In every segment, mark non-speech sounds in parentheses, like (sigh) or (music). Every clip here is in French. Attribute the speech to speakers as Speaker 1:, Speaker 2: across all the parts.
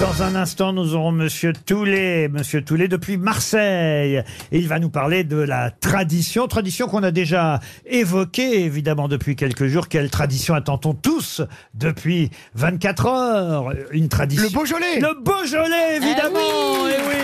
Speaker 1: Dans un instant, nous aurons Monsieur Toulet, Monsieur Toulet depuis Marseille, et il va nous parler de la tradition, tradition qu'on a déjà évoquée évidemment depuis quelques jours. Quelle tradition attend-on tous depuis 24 heures Une tradition.
Speaker 2: Le Beaujolais
Speaker 1: Le Beaujolais, évidemment. eh oui.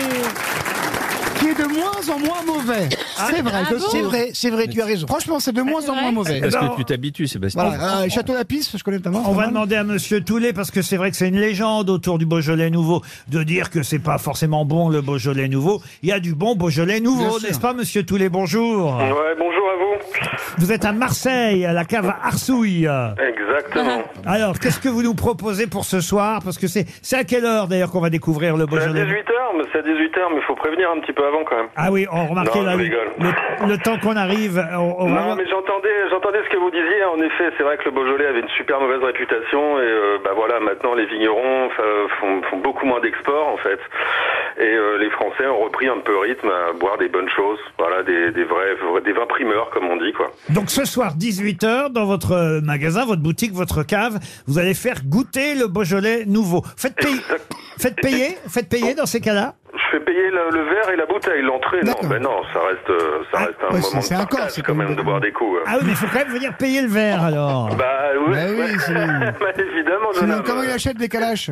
Speaker 2: qui est de moins en moins mauvais. c'est vrai, je- c'est vrai, c'est vrai, tu as raison. Franchement, c'est de moins en moins mauvais.
Speaker 3: Est-ce
Speaker 1: ben,
Speaker 3: que tu t'habitues, Sébastien
Speaker 2: Voilà, euh, Château la Pisse, je connais notamment.
Speaker 1: On va
Speaker 2: vraiment.
Speaker 1: demander à Monsieur Toulet, parce que c'est vrai que c'est une légende autour du Beaujolais nouveau, de dire que c'est pas forcément bon le Beaujolais nouveau. Il y a du bon Beaujolais nouveau,
Speaker 2: sûr.
Speaker 1: n'est-ce pas, Monsieur Toulet Bonjour.
Speaker 4: Ouais, bonjour à vous.
Speaker 1: Vous êtes à Marseille, à la cave Arsouille.
Speaker 2: (laughs)
Speaker 4: Exactement.
Speaker 1: Alors, qu'est-ce que vous nous proposez pour ce soir Parce que c'est c'est à quelle heure d'ailleurs qu'on va découvrir le
Speaker 4: C'est à
Speaker 1: Beaujolais
Speaker 4: 18h, mais c'est à 18h, mais il faut prévenir un petit peu avant quand même.
Speaker 1: Ah oui, on remarquait
Speaker 4: Non, je
Speaker 1: là, le,
Speaker 4: rigole.
Speaker 1: le- le temps qu'on arrive, euh, on, on va
Speaker 4: Non,
Speaker 1: voir.
Speaker 4: mais j'entendais, j'entendais ce que vous disiez. En effet, c'est vrai que le Beaujolais avait une super mauvaise réputation et euh, bah voilà, maintenant les vignerons enfin, font, font beaucoup moins d'exports en fait. Et euh, les Français ont repris un peu rythme à boire des bonnes choses, voilà, des, des vrais, des vins primeurs comme on dit quoi.
Speaker 1: Donc ce soir, 18h, dans votre magasin, votre boutique, votre cave, vous allez faire goûter le Beaujolais nouveau. Faites payer, faites payer, faites payer dans ces cas-là.
Speaker 4: Je fais payer le, le verre et la bouteille, l'entrée. Non,
Speaker 2: D'accord.
Speaker 4: ben non, ça reste, euh, ça
Speaker 1: Ah,
Speaker 4: reste un
Speaker 2: ouais, c'est-
Speaker 4: moment
Speaker 2: c'est
Speaker 4: de
Speaker 2: un corps,
Speaker 4: partage
Speaker 2: c'est
Speaker 4: quand
Speaker 2: comme
Speaker 4: même
Speaker 2: une-
Speaker 4: de boire des coups. hein.
Speaker 1: Ah oui, mais il faut quand même venir payer le verre alors.
Speaker 4: Bah oui,
Speaker 2: Bah oui, c'est-
Speaker 4: (laughs) Bah, évidemment, euh,
Speaker 2: Sinon,
Speaker 4: jeune homme.
Speaker 2: comment il achète
Speaker 1: (laughs)
Speaker 2: des calaches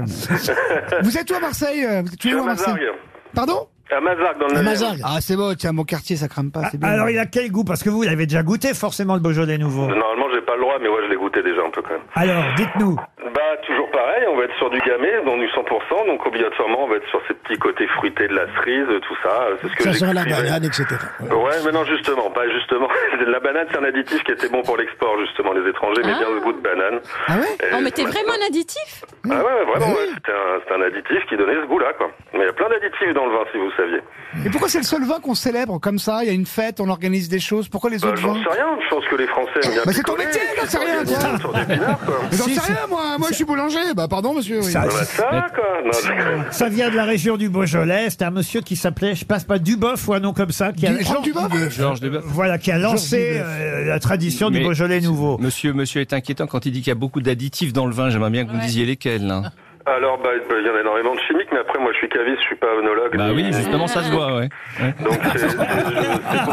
Speaker 2: Vous êtes où à Marseille euh, Vous êtes
Speaker 4: Je
Speaker 2: où
Speaker 4: suis
Speaker 2: à
Speaker 4: à
Speaker 2: Marseille
Speaker 4: Mazargues.
Speaker 2: Pardon
Speaker 4: À Mazargues, dans le neuvième.
Speaker 2: Ah, c'est beau, tiens, mon quartier, ça crame
Speaker 4: Bah,
Speaker 2: pas, c'est bien.
Speaker 1: Ah, Alors il a quel goût Parce que vous, vous l'avez déjà goûté forcément le Beaujolais nouveau.
Speaker 4: Normalement, j'ai pas le droit, mais ouais, je l'ai goûté déjà un peu quand même.
Speaker 1: Alors dites-nous.
Speaker 4: Bah, toujours pareil, on va être sur du gamay, donc du 100%, donc obligatoirement, on va être sur ces petits côtés fruités de la cerise, tout ça. euh, C'est ce que j'écrivais.
Speaker 2: etc.
Speaker 4: Ouais, mais non, justement, pas justement. (laughs) La banane, c'est un additif qui était bon pour l'export, justement. Les étrangers mais
Speaker 5: Ah. Oh,
Speaker 4: bien le goût de banane.
Speaker 2: Ah ouais
Speaker 4: Et
Speaker 5: On mettait
Speaker 4: maintenant-
Speaker 5: vraiment un additif
Speaker 4: Ah ouais, ouais, vraiment, ouais. C'était un, c'était un additif qui donnait ce goût-là, quoi. Mais il y a plein d'additifs dans le vin, si vous saviez.
Speaker 2: Et pourquoi c'est le seul vin qu'on célèbre comme ça Il y a une fête, on organise des choses. Pourquoi les
Speaker 4: Bah,
Speaker 2: autres
Speaker 4: j'en
Speaker 2: vins
Speaker 4: sais rien, je pense que les Français aiment bien
Speaker 2: Bah, c'est ton
Speaker 4: picoler,
Speaker 2: métier,
Speaker 4: qu'ils
Speaker 2: j'en sais rien,
Speaker 4: s'organisent
Speaker 2: toi.
Speaker 4: autour des pinards,
Speaker 2: (laughs)
Speaker 4: quoi.
Speaker 2: Mais J'en
Speaker 1: Si,
Speaker 2: sais
Speaker 1: c'est-
Speaker 2: rien, moi, moi je suis boulanger. Bah, pardon, monsieur. oui.
Speaker 1: Ça-
Speaker 4: Bah, ça, quoi. Non, je-
Speaker 1: Ça vient de la région du Beaujolais. C'était un monsieur qui s'appelait, je passe pas Duboff ou un nom comme ça, qui a,
Speaker 2: Du- Franck Dubas
Speaker 3: Georges Deboeuf.
Speaker 1: voilà, qui a lancé
Speaker 2: Georges Duboff.
Speaker 1: euh, la tradition du
Speaker 3: Mais-
Speaker 1: Beaujolais nouveau.
Speaker 3: Monsieur, monsieur est inquiétant quand il dit qu'il y a beaucoup d'additifs dans le vin. J'aimerais bien que vous
Speaker 5: Ouais.
Speaker 3: disiez lesquels. hein.
Speaker 4: Alors, bah, il y en a énormément de chimiques, mais après, moi, je suis caviste, je suis pas œnologue.
Speaker 3: Bah oui, justement, ça se voit, ouais. Ouais.
Speaker 4: Donc, c'est- c'est- c'est-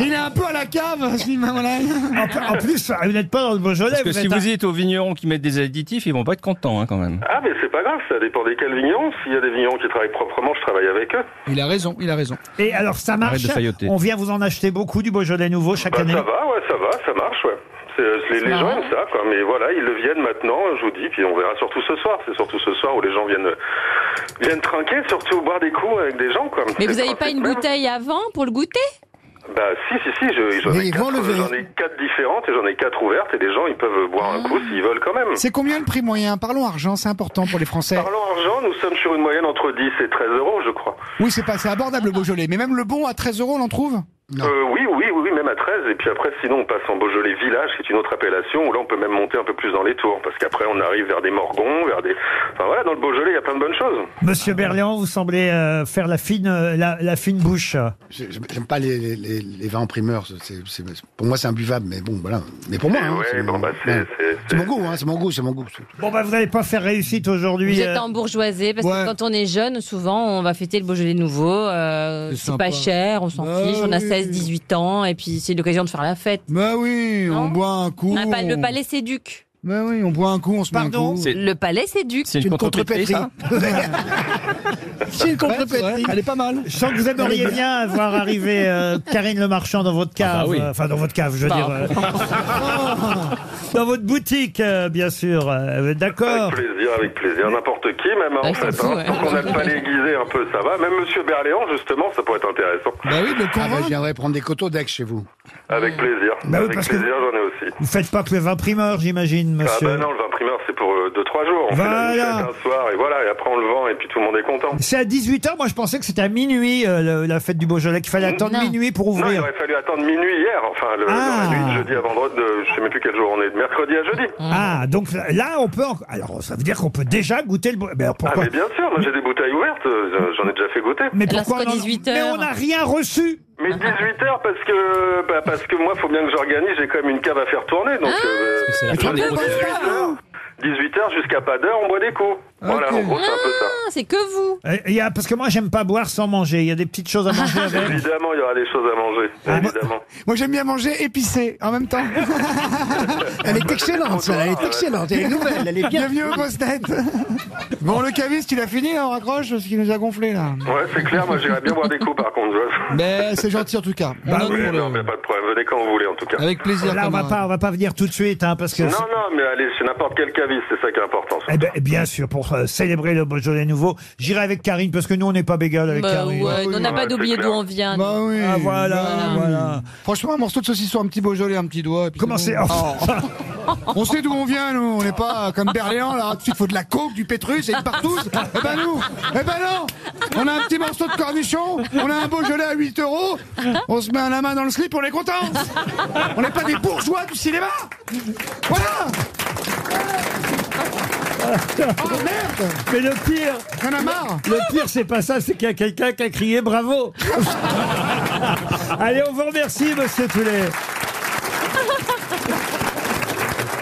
Speaker 2: Il est un peu à la cave, (laughs) ce voilà.
Speaker 1: En, en plus, vous n'êtes pas dans le Beaujolais.
Speaker 3: Parce que
Speaker 1: vous
Speaker 3: si
Speaker 1: êtes à-
Speaker 3: vous êtes aux vignerons qui mettent des additifs, ils vont pas être contents, hein, quand même.
Speaker 4: ah, mais c'est pas grave, ça dépend desquels vignerons. S'il y a des vignerons qui travaillent proprement, je travaille avec eux.
Speaker 2: Il a raison, il a raison.
Speaker 1: Et alors ça
Speaker 3: Arrête
Speaker 1: marche.
Speaker 3: de failloter.
Speaker 1: On vient vous en acheter beaucoup du Beaujolais nouveau chaque
Speaker 4: Bah,
Speaker 1: année.
Speaker 4: ça va, ouais, ça va, ça marche, ouais. C'est- Les, les gens aiment ça, quoi. Mais voilà, ils le viennent maintenant, je vous dis, puis on verra surtout ce soir. C'est surtout ce soir où les gens viennent, viennent trinquer, surtout boire des coups avec des gens, quoi.
Speaker 5: Mais
Speaker 4: C'est
Speaker 5: vous n'avez
Speaker 4: le
Speaker 5: pas
Speaker 4: principe
Speaker 5: une
Speaker 4: même.
Speaker 5: bouteille avant pour le goûter
Speaker 4: Bah, si, si, si, je- j'en
Speaker 2: Mais
Speaker 4: ai,
Speaker 2: ils vont
Speaker 4: quatre-
Speaker 2: le verre.
Speaker 4: j'en ai quatre différentes et j'en ai quatre ouvertes, et les gens, ils peuvent boire un coup s'ils veulent quand même.
Speaker 2: (laughs) C'est combien le prix moyen Parlons argent, c'est important pour les Français.
Speaker 4: Parlons argent, nous sommes sur une moyenne entre 10 et 13 euros, je crois.
Speaker 2: Oui, c'est pas, c'est abordable le Beaujolais. Mais même le bon à 13 euros, on en trouve
Speaker 4: Euh, oui, oui, oui, oui, même à 13. Et puis après, sinon, on passe en Beaujolais Village, qui est une autre appellation, où là, on peut même monter un peu plus dans les tours, parce qu'après, on arrive vers des Morgons, vers des... Enfin voilà, dans le Beaujolais, il y a plein de bonnes choses.
Speaker 1: Monsieur Berlian, vous semblez euh, faire la fine, euh, la, la fine bouche.
Speaker 6: J'ai- J'aime j'aime pas les, les- les- les vins en primeur. c'est- c'est- c'est- pour moi, c'est imbuvable, mais bon, voilà. Mais pour moi,
Speaker 4: Et
Speaker 6: hein,
Speaker 4: ouais,
Speaker 6: c'est
Speaker 4: bon, bah, c'est-
Speaker 6: ouais.
Speaker 4: c'est-
Speaker 6: C'est mon goût, hein, c'est mon goût, c'est mon goût.
Speaker 1: Bon bah vous n'allez pas faire réussite aujourd'hui.
Speaker 5: Vous
Speaker 1: euh,
Speaker 5: êtes en bourgeoisé parce
Speaker 2: ouais.
Speaker 5: que quand on est jeune, souvent on va fêter le Beaujolais nouveau. euh,
Speaker 2: C'est
Speaker 5: c'est
Speaker 2: sympa.
Speaker 5: pas cher, on s'en
Speaker 2: Bah
Speaker 5: fiche, on a
Speaker 2: oui.
Speaker 5: 16-18 ans et puis c'est l'occasion de faire la fête.
Speaker 2: Bah oui, on
Speaker 5: Non.
Speaker 2: boit un coup.
Speaker 5: On n'a pas- le
Speaker 2: on-
Speaker 5: palais s'éduque.
Speaker 2: Bah oui, on boit un coup, on se met un
Speaker 1: Pardon
Speaker 2: coup.
Speaker 3: C'est-
Speaker 5: Le palais s'éduque.
Speaker 3: C'est une,
Speaker 2: (laughs)
Speaker 3: contrepétrie, ça
Speaker 2: C'est une contrepétrie. Elle est pas mal.
Speaker 1: Je sens que vous aimeriez bien voir arriver euh, Karine Le Marchand dans votre cave,
Speaker 3: Ah bah oui.
Speaker 1: euh, enfin dans votre cave, je veux
Speaker 5: Bah.
Speaker 1: dire,
Speaker 3: (laughs)
Speaker 1: euh, dans votre boutique, euh, bien sûr. euh, D'accord.
Speaker 4: Avec plaisir, avec plaisir. N'importe qui, même, hein,
Speaker 5: Ah,
Speaker 4: en
Speaker 5: ils sont
Speaker 4: fait.
Speaker 5: fous,
Speaker 4: hein.
Speaker 5: ouais.
Speaker 4: Tant qu'on a le palais aiguisé un peu, ça va. Même Monsieur Berléand, justement, ça pourrait être intéressant.
Speaker 2: Bah oui, le
Speaker 6: Ah, bah, je
Speaker 2: convent.
Speaker 6: viendrai prendre des coteaux d'Aix chez vous.
Speaker 4: Avec plaisir.
Speaker 1: Bah oui,
Speaker 4: avec
Speaker 1: parce que-
Speaker 4: plaisir, j'en ai aussi.
Speaker 1: Vous faites pas que le vin primeur, j'imagine,
Speaker 4: Ah
Speaker 1: monsieur.
Speaker 4: ben non, le vin primeur, c'est pour 2-3 jours. On fait
Speaker 1: Voilà.
Speaker 4: la fête un soir, et voilà, et après, on le vend, et puis tout le monde est content.
Speaker 1: C'est à 18h, moi je pensais que c'était à minuit euh, le- la fête du Beaujolais, qu'il fallait attendre
Speaker 5: Non.
Speaker 1: minuit pour
Speaker 4: Non, il
Speaker 1: ouvrir.
Speaker 4: aurait fallu attendre minuit hier, enfin, le,
Speaker 1: Ah.
Speaker 4: dans la nuit de jeudi à vendredi, de, je sais même plus quel jour on est, de mercredi à jeudi.
Speaker 1: Ah, donc là, on peut. en- Alors, ça veut dire qu'on peut déjà goûter le. beau- Mais alors,
Speaker 4: Ah,
Speaker 1: pourquoi
Speaker 4: mais bien sûr, moi j'ai des bouteilles ouvertes, euh, j'en ai déjà fait goûter.
Speaker 1: Mais
Speaker 5: Alors,
Speaker 1: pourquoi
Speaker 5: c'est pas
Speaker 1: on en-
Speaker 5: 18
Speaker 1: Mais
Speaker 5: heures.
Speaker 1: on n'a rien reçu.
Speaker 4: Mais 18h parce que, bah, parce que moi, faut bien que j'organise, j'ai quand même une cave
Speaker 1: Ah.
Speaker 4: à faire tourner, donc, euh,
Speaker 3: C'est la
Speaker 4: j'en ai pour 18h. 18h jusqu'à pas d'heure, on boit des coups. Voilà, en gros, c'est un peu ça.
Speaker 5: Ah, c'est que vous.
Speaker 1: Euh, il y a- parce que moi, j'aime pas boire sans manger. Il y a des petites choses à
Speaker 4: (laughs)
Speaker 1: manger avec.
Speaker 4: Évidemment, il y aura des choses à manger.
Speaker 1: Ah,
Speaker 4: Évidemment.
Speaker 7: Moi, j'aime bien manger épicé en même temps. (laughs) elle est excellente, ça, elle est excellente. Elle est nouvelle, elle est bien. Bienvenue au post-net. Bon, le caviste, tu l'as fini,
Speaker 2: hein,
Speaker 7: là, on raccroche parce qu'il nous a gonflé, là.
Speaker 4: Ouais, c'est clair, moi j'irais bien boire des coups par contre. (laughs)
Speaker 2: Mais
Speaker 4: je-
Speaker 2: Ben, c'est gentil en tout cas. On
Speaker 1: Bah
Speaker 2: adore
Speaker 4: Mais non,
Speaker 2: le-
Speaker 4: mais pas de problème, venez quand vous voulez en tout cas.
Speaker 2: Avec plaisir.
Speaker 1: Là, on va
Speaker 2: Thomas.
Speaker 1: pas, on va pas venir tout de suite, hein, parce que.
Speaker 4: Non, non, mais allez, c'est n'importe quel caviste, c'est ça qui est important. ça.
Speaker 1: Eh ben, bien sûr, pour euh, célébrer le Beaujolais nouveau, j'irai avec Karine, parce que nous, on n'est pas bégal avec
Speaker 5: Bah
Speaker 1: Karine.
Speaker 5: ouais, on n'a
Speaker 4: Ah Ouais,
Speaker 5: pas
Speaker 4: c'est
Speaker 5: d'oublier
Speaker 4: clair.
Speaker 5: d'où on vient.
Speaker 2: Bah oui.
Speaker 1: Ah, voilà,
Speaker 2: Bah oui.
Speaker 1: voilà.
Speaker 2: Franchement, un morceau de saucisson, un petit Beaujolais, un petit doigt. et puis
Speaker 1: Comment
Speaker 2: c'est
Speaker 1: c'est
Speaker 5: Oh.
Speaker 1: (laughs) Oh,
Speaker 2: bon. On sait d'où on vient, nous. On n'est pas comme Berléand, là. Il faut de la coke, du pétrus et une partouze. Eh ben, nous. Eh ben, non. On a un petit morceau de cornichon. On a un Beaujolais à 8 euros. On se met un lama dans le slip, on est content. On n'est pas des bourgeois du cinéma. Voilà. Oh merde.
Speaker 1: Mais le pire,
Speaker 2: On en a marre.
Speaker 1: le pire, c'est pas ça, c'est qu'il y a quelqu'un qui a crié bravo. (laughs) Allez, on vous remercie, monsieur Poulet.